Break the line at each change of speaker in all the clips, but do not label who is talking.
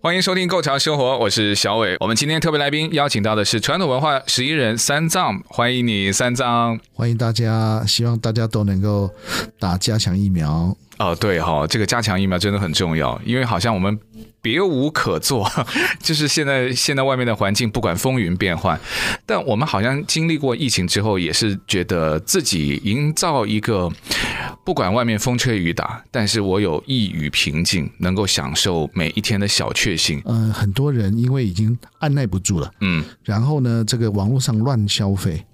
欢迎收听《购潮生活》，我是小伟。我们今天特别来宾邀请到的是传统文化十一人三藏，欢迎你三藏。
欢迎大家，希望大家都能够打加强疫苗。
哦，对哈、这个加强疫苗真的很重要，因为好像我们别无可做， 就是现在现在外面的环境不管风云变幻，但我们好像经历过疫情之后，也是觉得自己营造一个不管外面风吹雨打，但是我有一语平静，能够享受每一天的小确幸。
嗯、很多人因为已经按耐不住了，
嗯，
然后呢，这个网络上乱消费，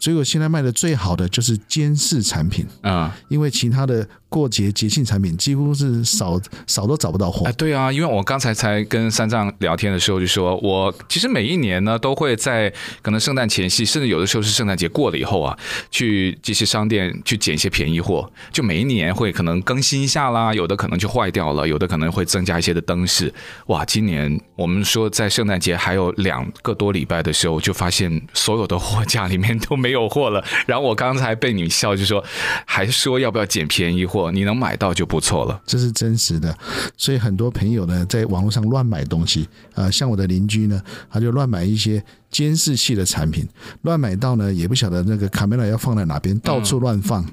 所以我现在卖的最好的就是监视产品，
啊、
因为其他的过节节庆产品几乎是少少都找不到货
啊，。对啊，因为我刚才才跟三藏聊天的时候就说，我其实每一年呢都会在可能圣诞前夕，甚至有的时候是圣诞节过了以后啊，去这些商店去捡一些便宜货，就每一年会可能更新一下啦，有的可能就坏掉了，有的可能会增加一些的灯饰。哇，今年我们说在圣诞节还有两个多礼拜的时候，就发现所有的货架里面都没有货了。然后我刚才被你笑，就说还说要不要捡便宜货，你能买到就不错了。
这是真实的，所以很多朋友呢在网络上乱买东西，呃，像我的邻居呢，他就乱买一些监视器的产品，乱买到呢也不晓得那个卡梅拉要放在哪
嗯
边，到处乱放。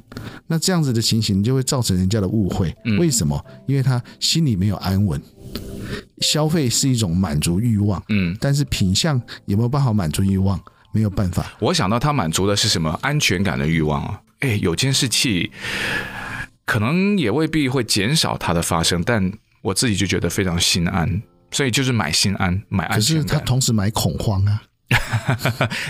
那这样子的情形就会造成人家的误会，
嗯
为什么？因为他心里没有安稳。消费是一种满足欲望，
嗯，
但是品相有没有办法满足欲望？没有办法，
我想到他满足的是什么安全感的欲望啊？哎，有监视器，可能也未必会减少它的发生，但我自己就觉得非常心安，所以就是买心安，买安
可是
全
他
感。
同时买恐慌啊。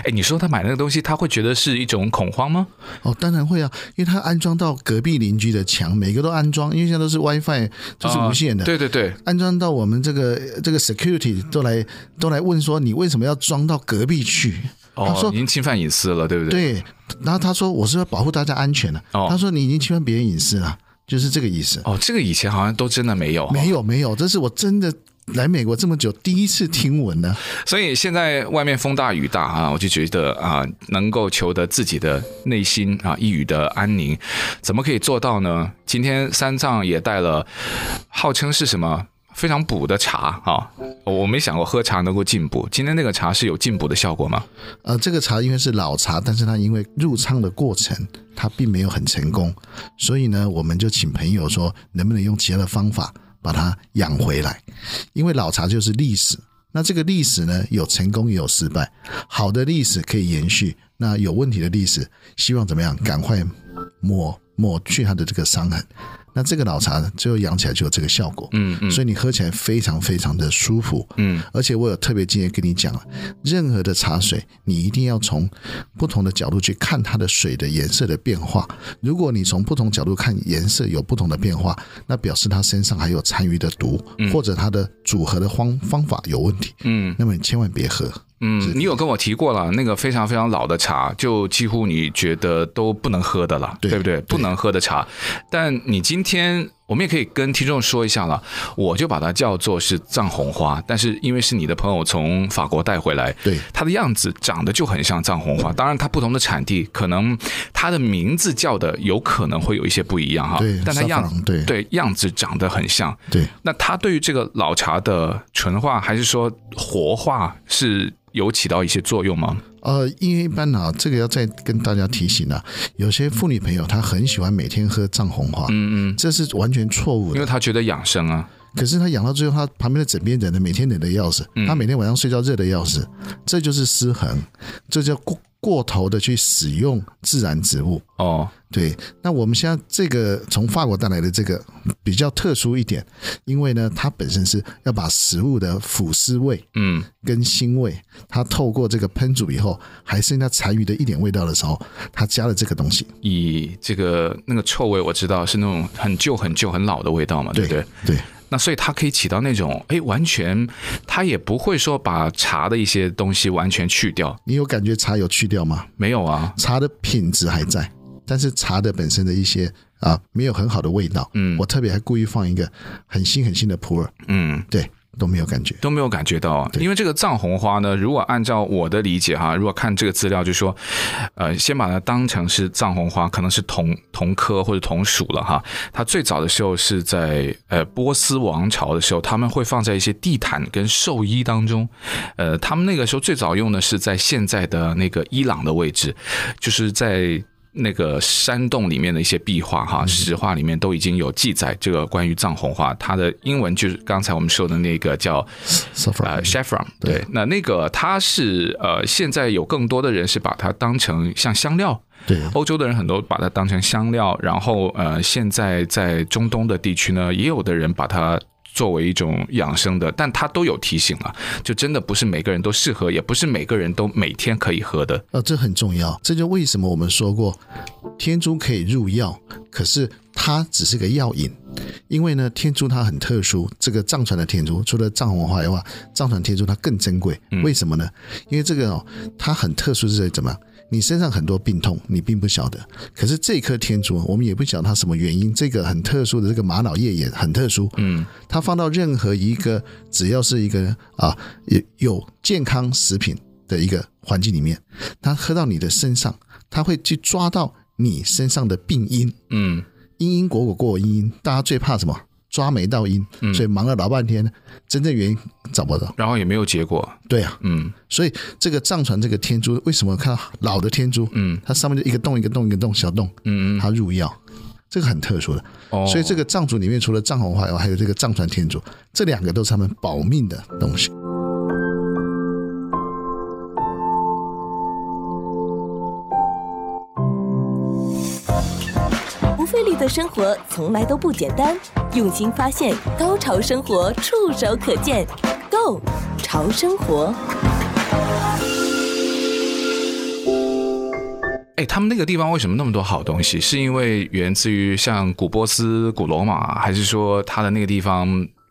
哎，你说他买那个东西，他会觉得是一种恐慌吗？
哦，当然会啊，因为它安装到隔壁邻居的墙，每个都安装，因为现在都是 WiFi，都是无线
啊
的。
对对对，
安装到我们这个这个 security 都来都来问说你为什么要装到隔壁去？他
哦
说，
您侵犯隐私了，对不对？
对，然后他说我是要保护大家安全的、
哦
他说你已经侵犯别人隐私了，就是这个意思。
哦，这个以前好像都真的没有，
没有没有，这是我真的来美国这么久第一次听闻呢、
所以现在外面风大雨大啊，我就觉得啊，能够求得自己的内心啊一语的安宁，怎么可以做到呢？今天三藏也带了，号称是什么？非常补的茶啊！我没想过喝茶能够进补。今天那个茶是有进补的效果吗？
呃，这个茶因为是老茶，但是它因为入仓的过程它并没有很成功，所以呢，我们就请朋友说，能不能用其他的方法把它养回来？因为老茶就是历史，那这个历史呢，有成功也有失败，好的历史可以延续，那有问题的历史，希望怎么样？赶快抹抹去它的这个伤痕。那这个老茶呢，最后养起来就有这个效果，
嗯嗯
所以你喝起来非常非常的舒服，
嗯，
而且我有特别经验跟你讲啊了，任何的茶水，你一定要从不同的角度去看它的水的颜色的变化。如果你从不同角度看颜色有不同的变化，那表示它身上还有残余的毒，或者它的组合的方方法有问题。
嗯，
那么你千万别喝。
嗯，你有跟我提过了，那个非常非常老的茶，就几乎你觉得都不能喝的了，
对
不对？不能喝的茶，但你今天我们也可以跟听众说一下了，我就把它叫做是藏红花，但是因为是你的朋友从法国带回来，
对，
它的样子长得就很像藏红花，当然它不同的产地，可能它的名字叫的有可能会有一些不一样哈，
对
但它样
saffron，对
对样子长得很像，
对，
那它对于这个老茶的纯化还是说活化是有起到一些作用吗？
呃，因为一般啊，这个要再跟大家提醒啊，有些妇女朋友她很喜欢每天喝藏红花，
嗯嗯，
这是完全错误的
因。为他觉得养生啊，
可是他养到最后，他旁边的枕边人
嗯
呢，每天冷的要死，他每天晚上睡觉热的要死，这就是失衡，这叫过过头的去使用自然植物。
哦，
对，那我们现在这个从法国带来的这个比较特殊一点，因为呢，它本身是要把食物的腐尸味
嗯，
跟腥味，它透过这个烹煮以后，还剩下残余的一点味道的时候，它加了这个东西。
以这个那个臭味我知道是那种很旧很旧很老的味道嘛，对不对？
对，
那所以它可以起到那种，哎，完全它也不会说把茶的一些东西完全去掉，
你有感觉茶有去掉吗？
没有啊，
茶的品质还在，但是茶的本身的一些啊没有很好的味道。
嗯
我特别还故意放一个很新很新的普洱，
嗯，
对，都没有感觉。
都没有感觉到，啊因为这个藏红花呢，如果按照我的理解哈，如果看这个资料，就说，呃，先把它当成是藏红花，可能是同同科或者同属了哈。它最早的时候是在呃波斯王朝的时候，他们会放在一些地毯跟寿衣当中，呃，他们那个时候最早用的是在现在的那个伊朗的位置，就是在。那个山洞里面的一些壁画哈，石画里面都已经有记载这个关于藏红花，它的英文就是刚才我们说的那个叫
Saffron
呃 saffron，
对
对，那那个它是呃，现在有更多的人是把它当成像香料，
对，
欧洲的人很多把它当成香料，然后呃，现在在中东的地区呢，也有的人把它。作为一种养生的，但它都有提醒了，就真的不是每个人都适合，也不是每个人都每天可以喝的。
呃，这很重要。这就为什么我们说过，天珠可以入药，可是它只是个药引。因为呢，天珠它很特殊，这个藏传的天珠，除了藏红花以外，藏传天珠它更珍贵。为什么呢？因为这个哦，它很特殊是在怎么样？你身上很多病痛，你并不晓得。可是这颗天珠，我们也不晓得它什么原因。这个很特殊的这个玛瑙叶也很特殊，嗯，它放到任何一个只要是一个啊有有健康食品的一个环境里面，它喝到你的身上，它会去抓到你身上的病因。
嗯，
因因果果果因因，大家最怕什么？抓没到因，所以忙了老半天，真正原因找不到。
然后也没有结果。
对啊，
嗯，
所以这个藏传这个天珠，为什么看到老的天珠，嗯，它上面就一个洞一个洞一个洞小洞，嗯，它入药，这个很特殊的。
哦，
所以这个藏族里面除了藏红花以外，还有这个藏传天珠，这两个都是他们保命的东西。
不费力的生活从来都不简单，用心发现，高潮生活触手可见 g o 潮生活。
哎，他们那个地方为什么那么多好东西？是因为源自于像古波斯、古罗马，还是说它的那个地方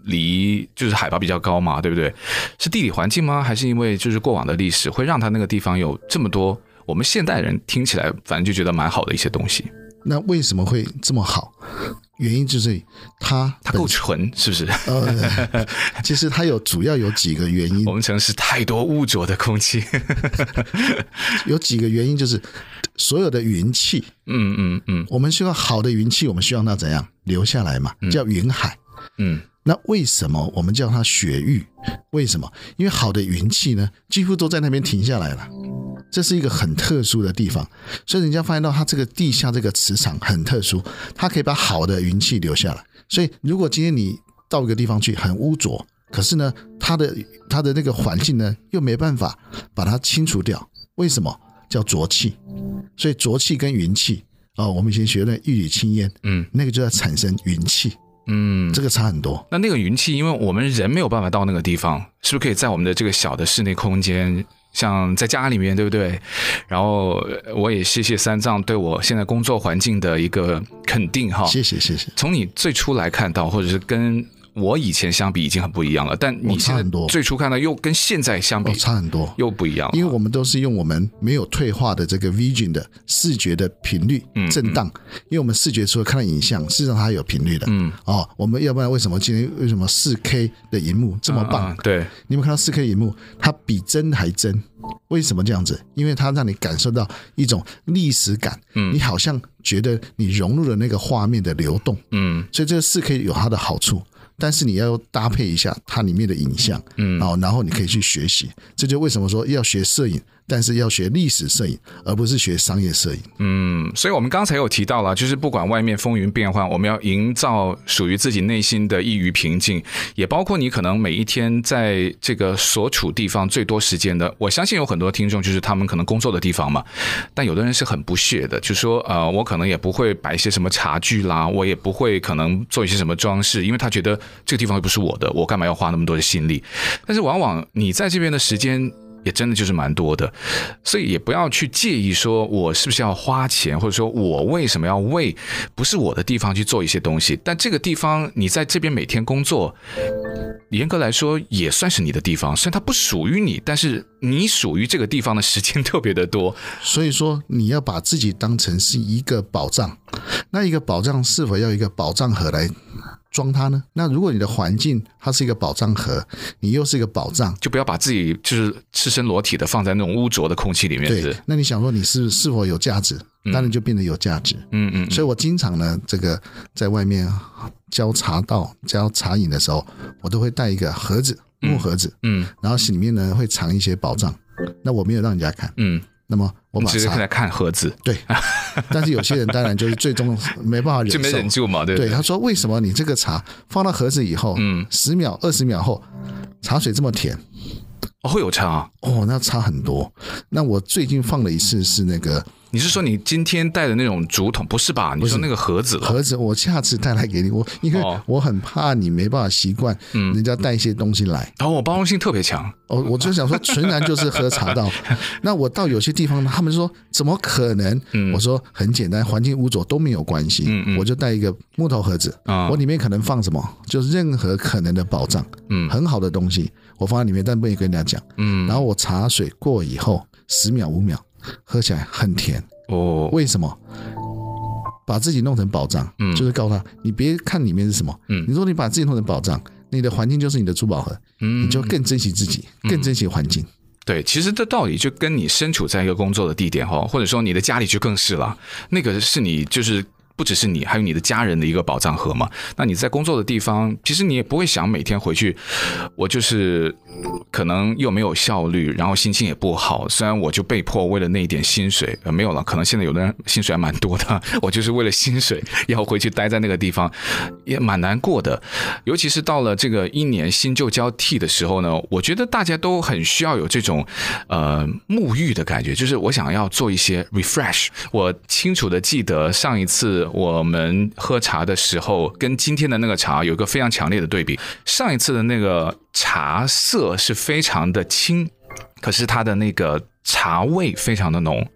离就是海拔比较高嘛，对不对？是地理环境吗？还是因为就是过往的历史会让它那个地方有这么多我们现代人听起来反正就觉得蛮好的一些东西？
那为什么会这么好？原因就是它
它
本
够纯，是不是？
呃， 其实它有主要有几个原因
我，们城市太多污浊的空气。
有几个原因就是所有的云气，
嗯嗯嗯
我们希望好的云气，我们希望它怎样留下来嘛，叫云海。
嗯，
那为什么我们叫它雪域？为什么？因为好的云气呢，几乎都在那边停下来了。这是一个很特殊的地方，所以人家发现到它这个地下这个磁场很特殊，它可以把好的云气留下来。所以如果今天你到一个地方去很污浊，可是呢，它的它的那个环境呢又没办法把它清除掉，为什么？叫浊气。所以浊气跟云气啊、哦我们以前学的一缕青烟，
嗯，
那个就要产生云气，
嗯。
这个差很多。
那那个云气，因为我们人没有办法到那个地方，是不是可以在我们的这个小的室内空间，像在家里面，对不对？然后呃我也谢谢三藏对我现在工作环境的一个肯定哈。
谢谢谢谢。
从你最初来看到，或者是跟我以前相比，已经很不一样了。但你
哦差
现在
很多
最初看到，又跟现在相比
哦，，差很多，
又不一样了。
因为我们都是用我们没有退化的这个 vision 的视觉的频率震荡，因为我们视觉除了看到影像，事实上它还有频率的。嗯，哦，我们要不然为什么今天为什么四 K 的荧幕这么棒？
嗯嗯对，
你有没有看到四 K 荧幕，它比真还真。为什么这样子？因为它让你感受到一种历史感，嗯，你好像觉得你融入了那个画面的流动，
嗯
所以这个四 K 有它的好处，但是你要搭配一下它里面的影像，嗯，哦，然后你可以去学习，这就为什么说要学摄影，但是要学历史摄影，而不是学商业摄影。
嗯，所以我们刚才有提到了，就是不管外面风云变幻，我们要营造属于自己内心的一隅平静，也包括你可能每一天在这个所处地方最多时间的。我相信有很多听众就是他们可能工作的地方嘛，但有的人是很不屑的，就说呃，我可能也不会摆一些什么茶具啦，我也不会可能做一些什么装饰，因为他觉得这个地方又不是我的，我干嘛要花那么多的心力？但是往往你在这边的时间也真的就是蛮多的，所以也不要去介意说我是不是要花钱，或者说我为什么要为不是我的地方去做一些东西。但这个地方你在这边每天工作，严格来说也算是你的地方，虽然它不属于你，但是你属于这个地方的时间特别的多。
所以说，你要把自己当成是一个宝藏，那一个宝藏是否要一个宝藏盒来装它呢？那如果你的环境它是一个宝藏盒，你又是一个宝藏，
就不要把自己就是赤身裸体的放在那种污浊的空气里面。
对
是，
那你想说你是是否有价值？当然就变得有价值。
嗯嗯，
所以我经常呢，这个在外面教茶道、教茶饮的时候，我都会带一个盒子，木盒子，
嗯
然后里面呢会藏一些宝藏。那我没有让人家看，
嗯，
那么我把
其实
茶
在看盒子，
对，但是有些人当然就是最终没办法忍
就
受，
没忍住嘛，对不
对，他说为什么你这个茶放到盒子以后，
嗯，
十秒、二十秒后，茶水这么甜？
哦会有差啊。
哦，那差很多。那我最近放了一次是那个
你是说你今天带的那种竹筒？不是吧？你说那个盒子了？
盒子，我下次带来给你。我因为
哦嗯
我很怕你没办法习惯，人家带一些东西来。
然后我包容性特别强，
哦，我就想说，纯然就是喝 茶道。那我到有些地方，他们说怎么可能？
嗯
我说很简单，环境污浊都没有关系。我就带一个木头盒子，
啊
我里面可能放什么，就是任何可能的宝藏，
嗯
很好的东西，我放在里面，但不能跟人家讲。
嗯，
然后我茶水过以后，十秒五秒，喝起来很甜。
哦，
为什么？把自己弄成宝藏，
嗯
就是告诉他，你别看里面是什么，
嗯
你说你把自己弄成宝藏，你的环境就是你的珠宝盒，
嗯
你就更珍惜自己，更珍惜环境。
对，其实这道理就跟你身处在一个工作的地点哈，或者说你的家里就更是了，那个是你就是。不只是你，还有你的家人的一个宝藏盒嘛。那你在工作的地方，其实你也不会想每天回去，我就是可能又没有效率，然后心情也不好。虽然我就被迫为了那一点薪水，呃，没有了，可能现在有的人薪水还蛮多的， 我就是为了薪水要回去待在那个地方，也蛮难过的。尤其是到了这个一年新旧交替的时候呢，我觉得大家都很需要有这种呃沐浴的感觉，就是我想要做一些 refresh。我清楚的记得上一次我们喝茶的时候，跟今天的那个茶有一个非常强烈的对比。上一次的那个茶色是非常的清，可是它的那个茶味非常的浓。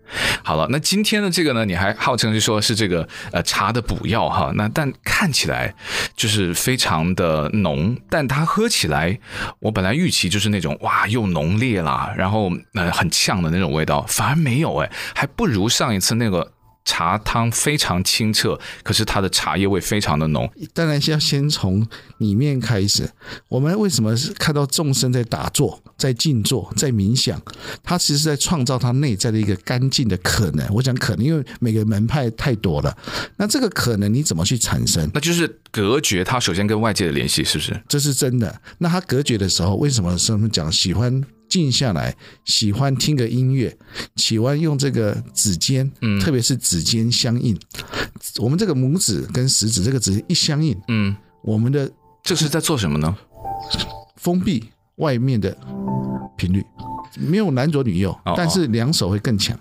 好了，那今天的这个呢，你还号称是说是这个呃茶的补药哈，那但看起来就是非常的浓，但它喝起来，我本来预期就是那种哇又浓烈啦，然后呃很呛的那种味道，反而没有哎，还不如上一次那个。茶汤非常清澈，可是它的茶叶味非常的浓。
当然是要先从里面开始。我们为什么是看到众生在打坐、在静坐、在冥想？他其实是在创造他内在的一个干净的可能。我讲可能，因为每个门派太多了，那这个可能你怎么去产生？
那就是隔绝它首先跟外界的联系，是不是？
这是真的。那他隔绝的时候，为什么我们讲喜欢静下来，喜欢听个音乐，喜欢用这个指尖，嗯，特别是指尖相应，我们这个拇指跟食指这个指尖一相应，
嗯，
我们的
这是在做什么呢？
封闭外面的频率，没有男左女右
哦，
但是两手会更强。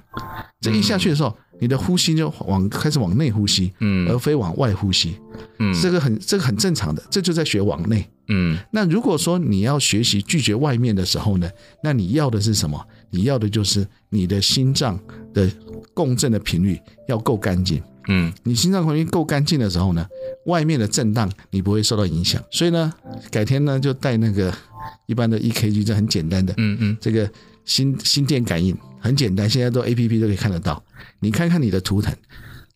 这一下去的时候，你的呼吸就往开始往内呼吸，
嗯
而非往外呼吸，
嗯
这个很这个很正常的，这就在学往内。
嗯
那如果说你要学习拒绝外面的时候呢，那你要的是什么？你要的就是你的心脏的共振的频率要够干净。
嗯
你心脏环境够干净的时候呢，外面的震荡你不会受到影响。所以呢，改天呢就带那个一般的 EKG，这很简单的，
嗯嗯，
这个心心电感应很简单，现在都 APP 都可以看得到。你看看你的图腾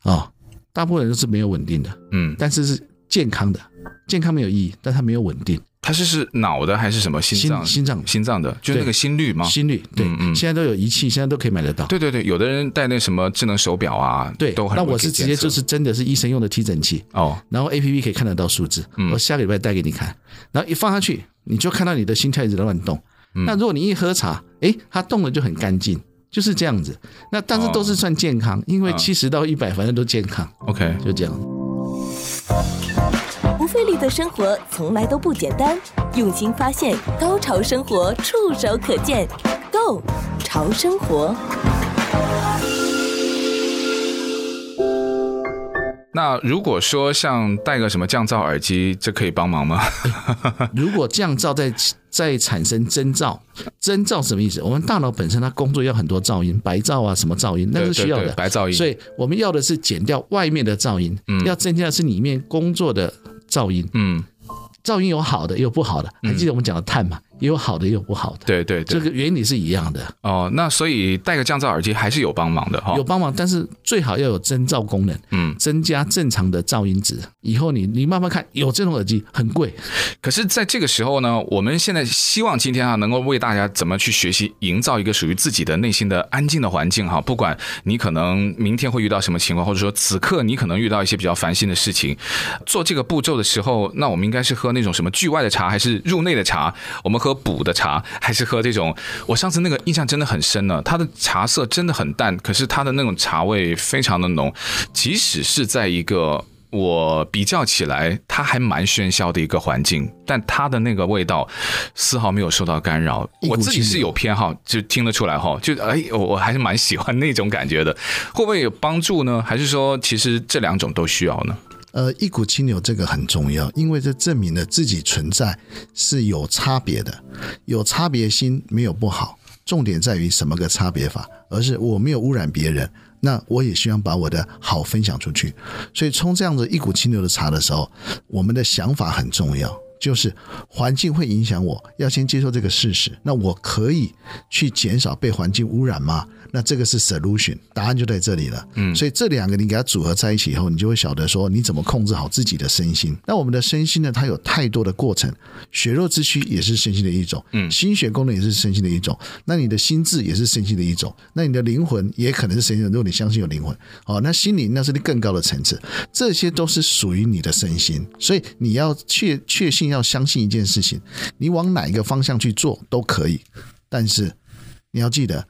啊、哦，大部分人都是没有稳定的，
嗯，
但是是健康的，健康没有意义，但它没有稳定。
它是是脑的还是什么心脏？
心心脏
嗯心脏的，就是那个心率吗？
心率对，
嗯嗯
现在都有仪器，现在都可以买得到。
对对对，有的人戴那什么智能手表啊，
对，
都很
那
容易
我
可以
是直
检
接
测
就是真的是医生用的提诊器，
哦，
然后 A P P 可以看得到数字，
嗯
我下个礼拜带给你看，然后一放
嗯
上去，你就看到你的心跳一直在乱动。那如果你一喝茶，诶，它动的就很干净，就是这样子。那但是都是算健
嗯
康，因为七十到一百，反正都健康，
OK，
就这样。
不费力的生活从来都不简单，用心发现，高潮生活触手可见 g o 潮生活。
那如果说像戴个什么降噪耳机，这可以帮忙吗？
如果降噪再再产生增噪，增噪什么意思？我们大脑本身它工作要很多噪音，白噪啊什么噪音， 那个是需要
对对
的
对。白噪音
所以我们要的是减掉外面的噪音，要增加的是里面工作的噪音。
嗯，
噪音有好的，也有不好的。还记得我们讲的碳嘛？也有好的，也有不好的。
对对对
这。个原理是一样的，
哦，那所以戴个降噪耳机还是有帮忙的哈、
有帮忙，但是最好要有增噪功能，
嗯，
增加正常的噪音值。以后你你慢慢看，有这种耳机很贵，
可是，在这个时候呢，我们现在希望今天啊，能够为大家怎么去学习，营造一个属于自己的内心的安静的环境哈。不管你可能明天会遇到什么情况，或者说此刻你可能遇到一些比较烦心的事情，做这个步骤的时候，那我们应该是喝那种什么剧外的茶，还是入内的茶？我们喝补的茶，还是喝这种？我上次那个印象真的很深呢，它的茶色真的很淡，可是它的那种茶味非常的浓，即使是在一个我比较起来，它还蛮喧嚣的一个环境，但它的那个味道丝毫没有受到干扰。
股
我自己
清
是
流
有偏好，就听得出来哈，就哎，我我还是蛮喜欢那种感觉的。会不会有帮助呢？还是说其实这两种都需要呢？
呃，一股清流这个很重要，因为这证明了自己存在是有差别的，有差别心没有不好，重点在于什么个差别法，而是我没有污染别人，那我也希望把我的好分享出去。所以冲这样子一股清流的茶的时候，我们的想法很重要。就是环境会影响我，要先接受这个事实。那我可以去减少被环境污染吗？那这个是 solution，答案就在这里了。嗯，所以这两个你给它组合在一起以后，你就会晓得说你怎么控制好自己的身心。那我们的身心呢，它有太多的过程，血肉之躯也是身心的一种，嗯，心血功能也是身心的一种，那你的心智也是身心的一种，那你的灵魂也可能是身心的。如果你相信有灵魂，哦，那心灵那是更高的层次，这些都是属于你的身心。所以你要确确信要相信一件事情，你往哪一个方向去做都可以，但是你要记得，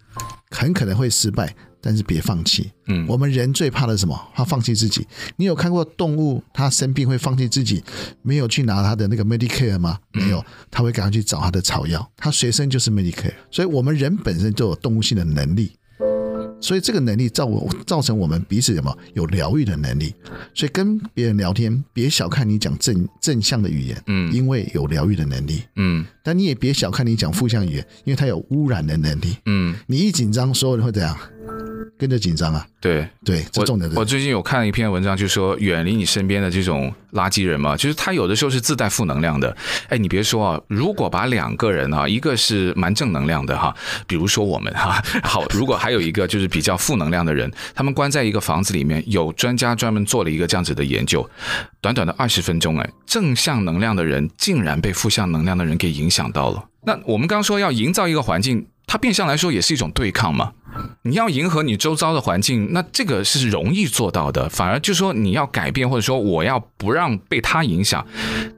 很可能会失败，但是别放弃。嗯，我们人最怕的是什么？怕放弃自己。你有看过动物它生病会放弃自己，没有去拿它的那个 Medicare 吗？没有，它会赶快去找它的草药，它随身就是 Medicare。所以，我们人本身就有动物性的能力。所以这个能力造我造成我们彼此什么有疗愈的能力，所以跟别人聊天，别小看你讲正正向的语言，嗯，因为有疗愈的能力，
嗯
但你也别小看你讲负向语言，因为它有污染的能力。
嗯，
你一紧张，所有人会怎样？跟着紧张啊，
对。
对，这
我
重点
我
的。
最近有看一篇文章，就说远离你身边的这种垃圾人嘛，就是他有的时候是自带负能量的。哎，你别说啊，如果把两个人啊，一个是蛮正能量的哈，比如说我们哈， 好，如果还有一个就是比较负能量的人，他们关在一个房子里面，有专家专门做了一个这样子的研究，短短的二十分钟，哎，正向能量的人竟然被负向能量的人给影响到了。那我们刚刚说要营造一个环境，它变相来说也是一种对抗嘛。你要迎合你周遭的环境，那这个是容易做到的。反而就说你要改变，或者说我要不让被它影响，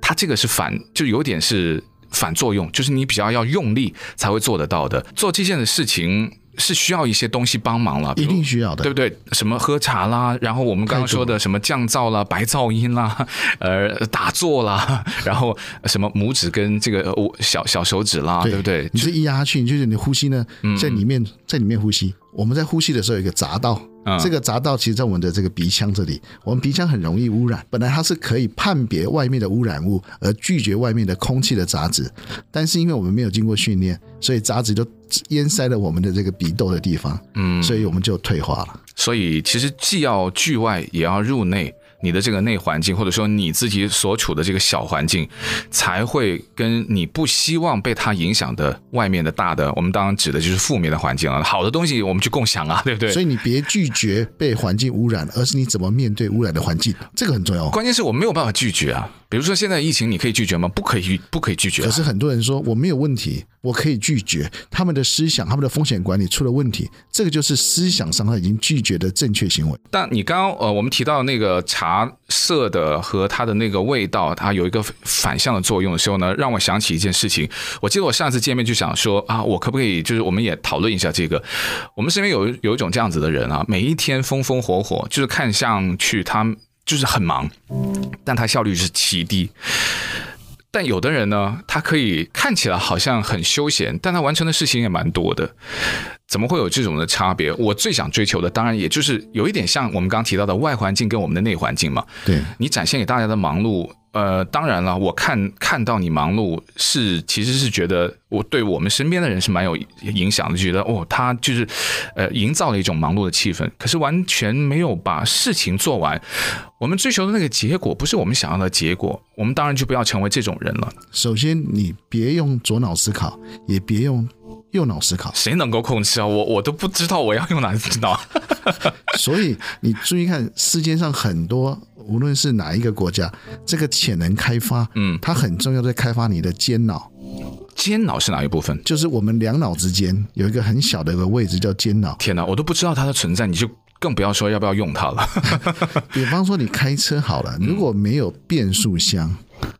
它这个是反，就有点是反作用，就是你比较要用力才会做得到的。做这件的事情是需要一些东西帮忙了，比
一
如
定需要的，
对不对？什么喝茶啦，然后我们刚刚说的什么降噪啦、白噪音啦， 呃，打坐啦， 然后什么拇指跟这个呃我小小手指啦，对不对？
你这一压下去，你就是你呼吸呢，在里面，在里面呼吸。我们在呼吸的时候有一个闸道
嗯，
这个闸道其实在我们的这个鼻腔这里，我们鼻腔很容易污染。本来它是可以判别外面的污染物，而拒绝外面的空气的杂质，但是因为我们没有经过训练，所以杂质就淹塞了我们的这个鼻窦的地方，嗯，所以我们就退化了。
所以其实既要剧外，也要入内。你的这个内环境，或者说你自己所处的这个小环境，才会跟你不希望被它影响的外面的大的，我们当然指的就是负面的环境了。啊好的东西我们去共享啊，对不对？
所以你别拒绝被环境污染，而是你怎么面对污染的环境，这个很重要。哦
关键是我没有办法拒绝啊，比如说现在疫情，你可以拒绝吗？不可以，不可以拒绝啊、
可是很多人说我没有问题，我可以拒绝。他们的思想、他们的风险管理出了问题，这个就是思想上他已经拒绝的正确行为。
但你刚刚呃，我们提到那个茶色的和它的那个味道，它有一个反向的作用的时候呢，让我想起一件事情。我记得我上次见面就想说啊，我可不可以就是我们也讨论一下这个？我们身边有有一种这样子的人啊，每一天风风火火，就是看上去他就是很忙，但他效率是极低。但有的人呢，他可以看起来好像很休闲，但他完成的事情也蛮多的。怎么会有这种的差别？我最想追求的，当然也就是有一点像我们刚刚提到的外环境跟我们的内环境嘛。
对，
你展现给大家的忙碌，呃，当然了，我看看到你忙碌是其实是觉得我对我们身边的人是蛮有影响的，觉得哦，他就是呃营造了一种忙碌的气氛，可是完全没有把事情做完。我们追求的那个结果不是我们想要的结果，我们当然就不要成为这种人了。。
首先你别用左脑思考，也别用右脑思考
谁能够控制啊？我我都不知道我要用哪只脑。
所以你注意看，世界上很多，无论是哪一个国家，这个潜能开发，
嗯
它很重要，在开发你的尖脑。
煎脑是哪一部分？
就是我们两脑之间有一个很小的一个位置叫间脑。
天哪，我都不知道它的存在，你就更不要说要不要用它了。
比方说你开车好
嗯
了，如果没有变速箱，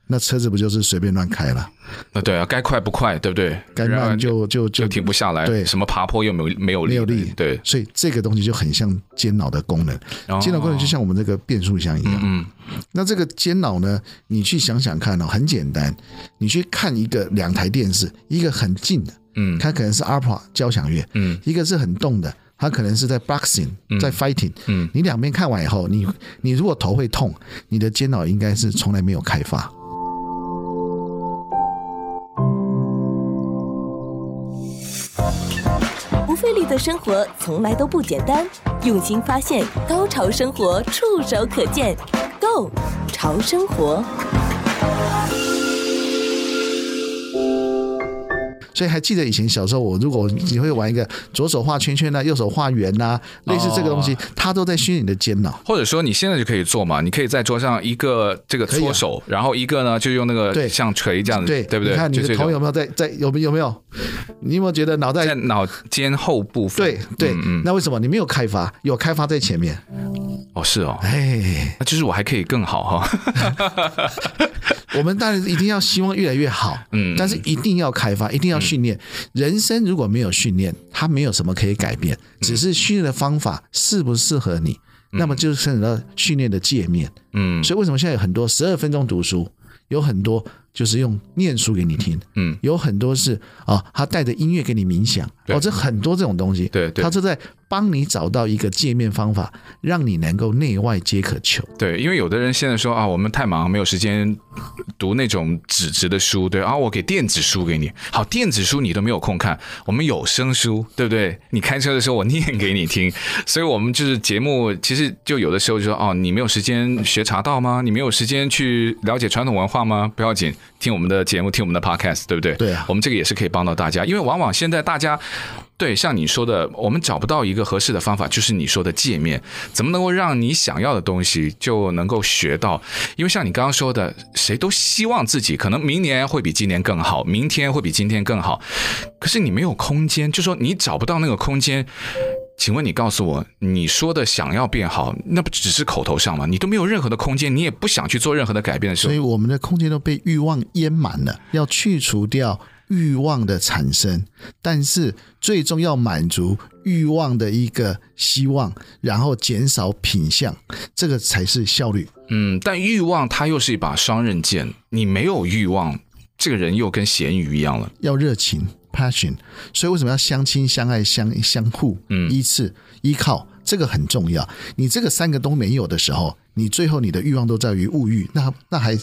那车子不就是随便乱开了？
那对啊，该快不快，对不对？
该
然后
慢就就
就
就
停不下来，
对
什么爬坡又没有没有
没
力，
有力。
对，
所以这个东西就很像间脑的功能。间脑功能就像我们这个变速箱一样。
哦嗯
那这个间脑呢，你去想想看哦，很简单，你去看一个两台电视，一个很近的，
嗯
它可能是 ARPA 交响乐，
嗯
一个是很动的，它可能是在 boxing，在 fighting，
嗯
你两边看完以后，你你如果头会痛，你的间脑应该是从来没有开发。
不费力的生活从来都不简单，用心发现，高潮生活触手可见 g o 潮生活，
所以还记得以前小时候，我如果你会玩一个左手画圈圈呐、右手画圆呐、类似这个东
哦
西，它都在训练你的间脑。
或者说你现在就可以做嘛，你可以在桌上一个这个
以啊
搓手，然后一个呢就用那个
对
像锤这样子，
对
嗯对不对？
你看你
就
的
这
头有
种
没有在在有没有没有？你有没有觉得脑袋
在嗯脑尖后部分，
对对，那为什么你没有开发？有开发在前面，
哦是哦，
哎，
那就是我还可以更好哈、
我们当然一定要希望越来越好，
嗯
但是一定要开发，一定要训练。人生如果没有训练，它没有什么可以改变，只是训练的方法适不适合你，那么就牵扯到训练的界面。
嗯
所以为什么现在有很多十二分钟读书，有很多就是用念书给你听，
嗯，
有很多是啊，他带着音乐给你冥想，
对
哦，这很多这种东西，
对对
他就在帮你找到一个界面方法，让你能够内外皆可求。
对，因为有的人现在说啊，我们太忙，没有时间读那种纸质的书，对啊，我给电子书给你。好，电子书你都没有空看，我们有声书，对不对？你开车的时候我念给你听，所以我们就是节目，其实就有的时候就说哦，你没有时间学茶道吗？你没有时间去了解传统文化吗？不要紧，听我们的节目，听我们的 podcast，对不对？
对啊
我们这个也是可以帮到大家，因为往往现在大家。对，像你说的，我们找不到一个合适的方法，就是你说的界面，怎么能够让你想要的东西就能够学到？因为像你刚刚说的，谁都希望自己可能明年会比今年更好，明天会比今天更好，可是你没有空间，就说你找不到那个空间。请问你告诉我，你说的想要变好，那不只是口头上吗？你都没有任何的空间，你也不想去做任何的改变的时
所
候
以，我们的空间都被欲望淹满了，要去除掉欲望的产生，但是最终要满足欲望的一个希望，然后减少品相，这个才是效率。
嗯，但欲望它又是一把双刃剑，你没有欲望，这个人又跟咸鱼一样了。
要热情 passion，所以为什么要相亲、相爱、相相互、
嗯
依次、依靠，这个很重要。你这个三个都没有的时候，你最后你的欲望都在于物欲，那那还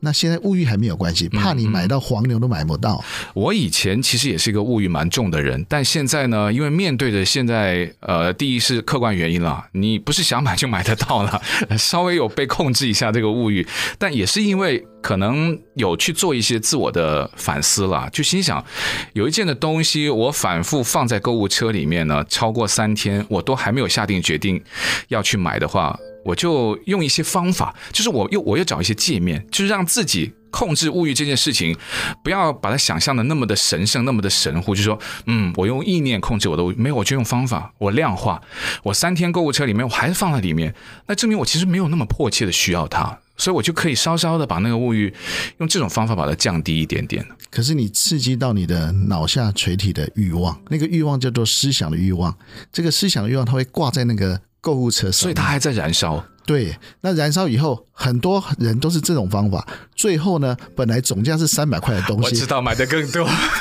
那现在物欲还没有关系，
嗯
怕你买到黄牛都买不到。
我以前其实也是一个物欲蛮重的人，但现在呢，因为面对着现在，呃，第一是客观原因了，你不是想买就买得到了， 稍微有被控制一下这个物欲，但也是因为可能有去做一些自我的反思了，就心想，有一件的东西我反复放在购物车里面呢，超过三天我都还没有下定决定要去买的话。我就用一些方法，就是我又我又找一些界面，就是让自己控制物欲这件事情，不要把它想象的那么的神圣，那么的神乎。就说，嗯，我用意念控制我的物欲，没有，我就用方法，我量化，我三天购物车里面我还是放在里面，那证明我其实没有那么迫切的需要它。所以我就可以稍稍的把那个物欲用这种方法把它降低一点点。
可是你刺激到你的脑下垂体的欲望，那个欲望叫做思想的欲望，这个思想的欲望它会挂在那个购物车上
所以
面，
它还在燃烧。
对，那燃烧以后，很多人都是这种方法，最后呢，本来总价是三百块的东
我知
西。
道买的更多，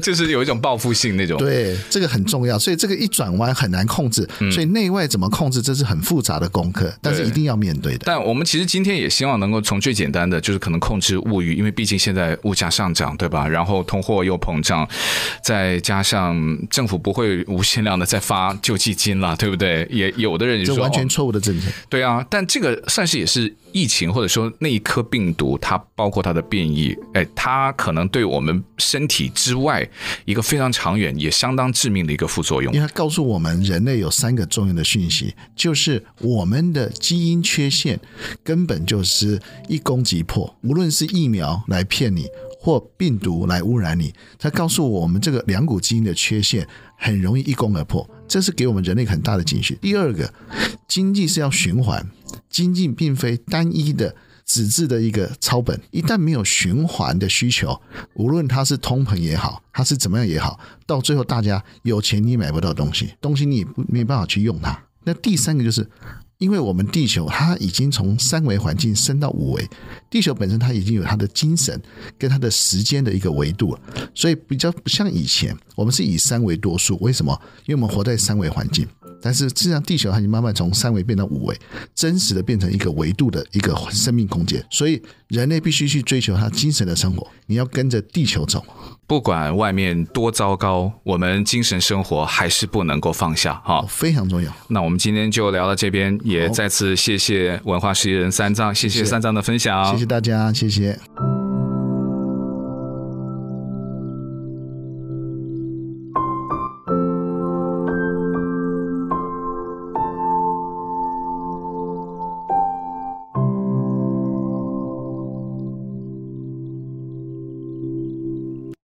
就是有一种报复性那种。
对，这个很重要，所以这个一转弯很难控制，
嗯
所以内外怎么控制，这是很复杂的功课，但是一定要面对的。
但我们其实今天也希望能够从最简单的，就是可能控制物欲，因为毕竟现在物价上涨，对吧？然后通货又膨胀，再加上政府不会无限量的再发救济金了，对不对？也有的人就
这
说
完全
哦
错误的政策，
对啊，但这个算是也是疫情或者说那一颗病毒，它包括它的变异，哎，它可能对我们身体之外一个非常长远也相当致命的一个副作用
因。为它告诉我们人类有三个重要的讯息，就是我们的基因缺陷根本就是一攻即破，无论是疫苗来骗你。或病毒来污染你，它告诉我们这个两股基因的缺陷很容易一攻而破，这是给我们人类很大的警讯。第二个，经济是要循环，经济并非单一的纸质的一个抄本，一旦没有循环的需求，无论它是通膨也好，它是怎么样也好，到最后大家有钱你也买不到东西，东西你也不没办法去用它。那第三个就是。因为我们地球它已经从三维环境升到五维，地球本身它已经有它的精神跟它的时间的一个维度了，所以比较不像以前，我们是以三维多数。为什么？因为我们活在三维环境，但是实际上地球它已经慢慢从三维变到五维，真实的变成一个维度的一个生命空间。所以人类必须去追求它精神的生活，你要跟着地球走。
不管外面多糟糕，我们精神生活还是不能够放下哈。
非常重要。
那我们今天就聊到这边，也
好
再次谢谢文化实业人三藏，谢谢
谢谢
三藏的分享，
谢谢大家，谢谢。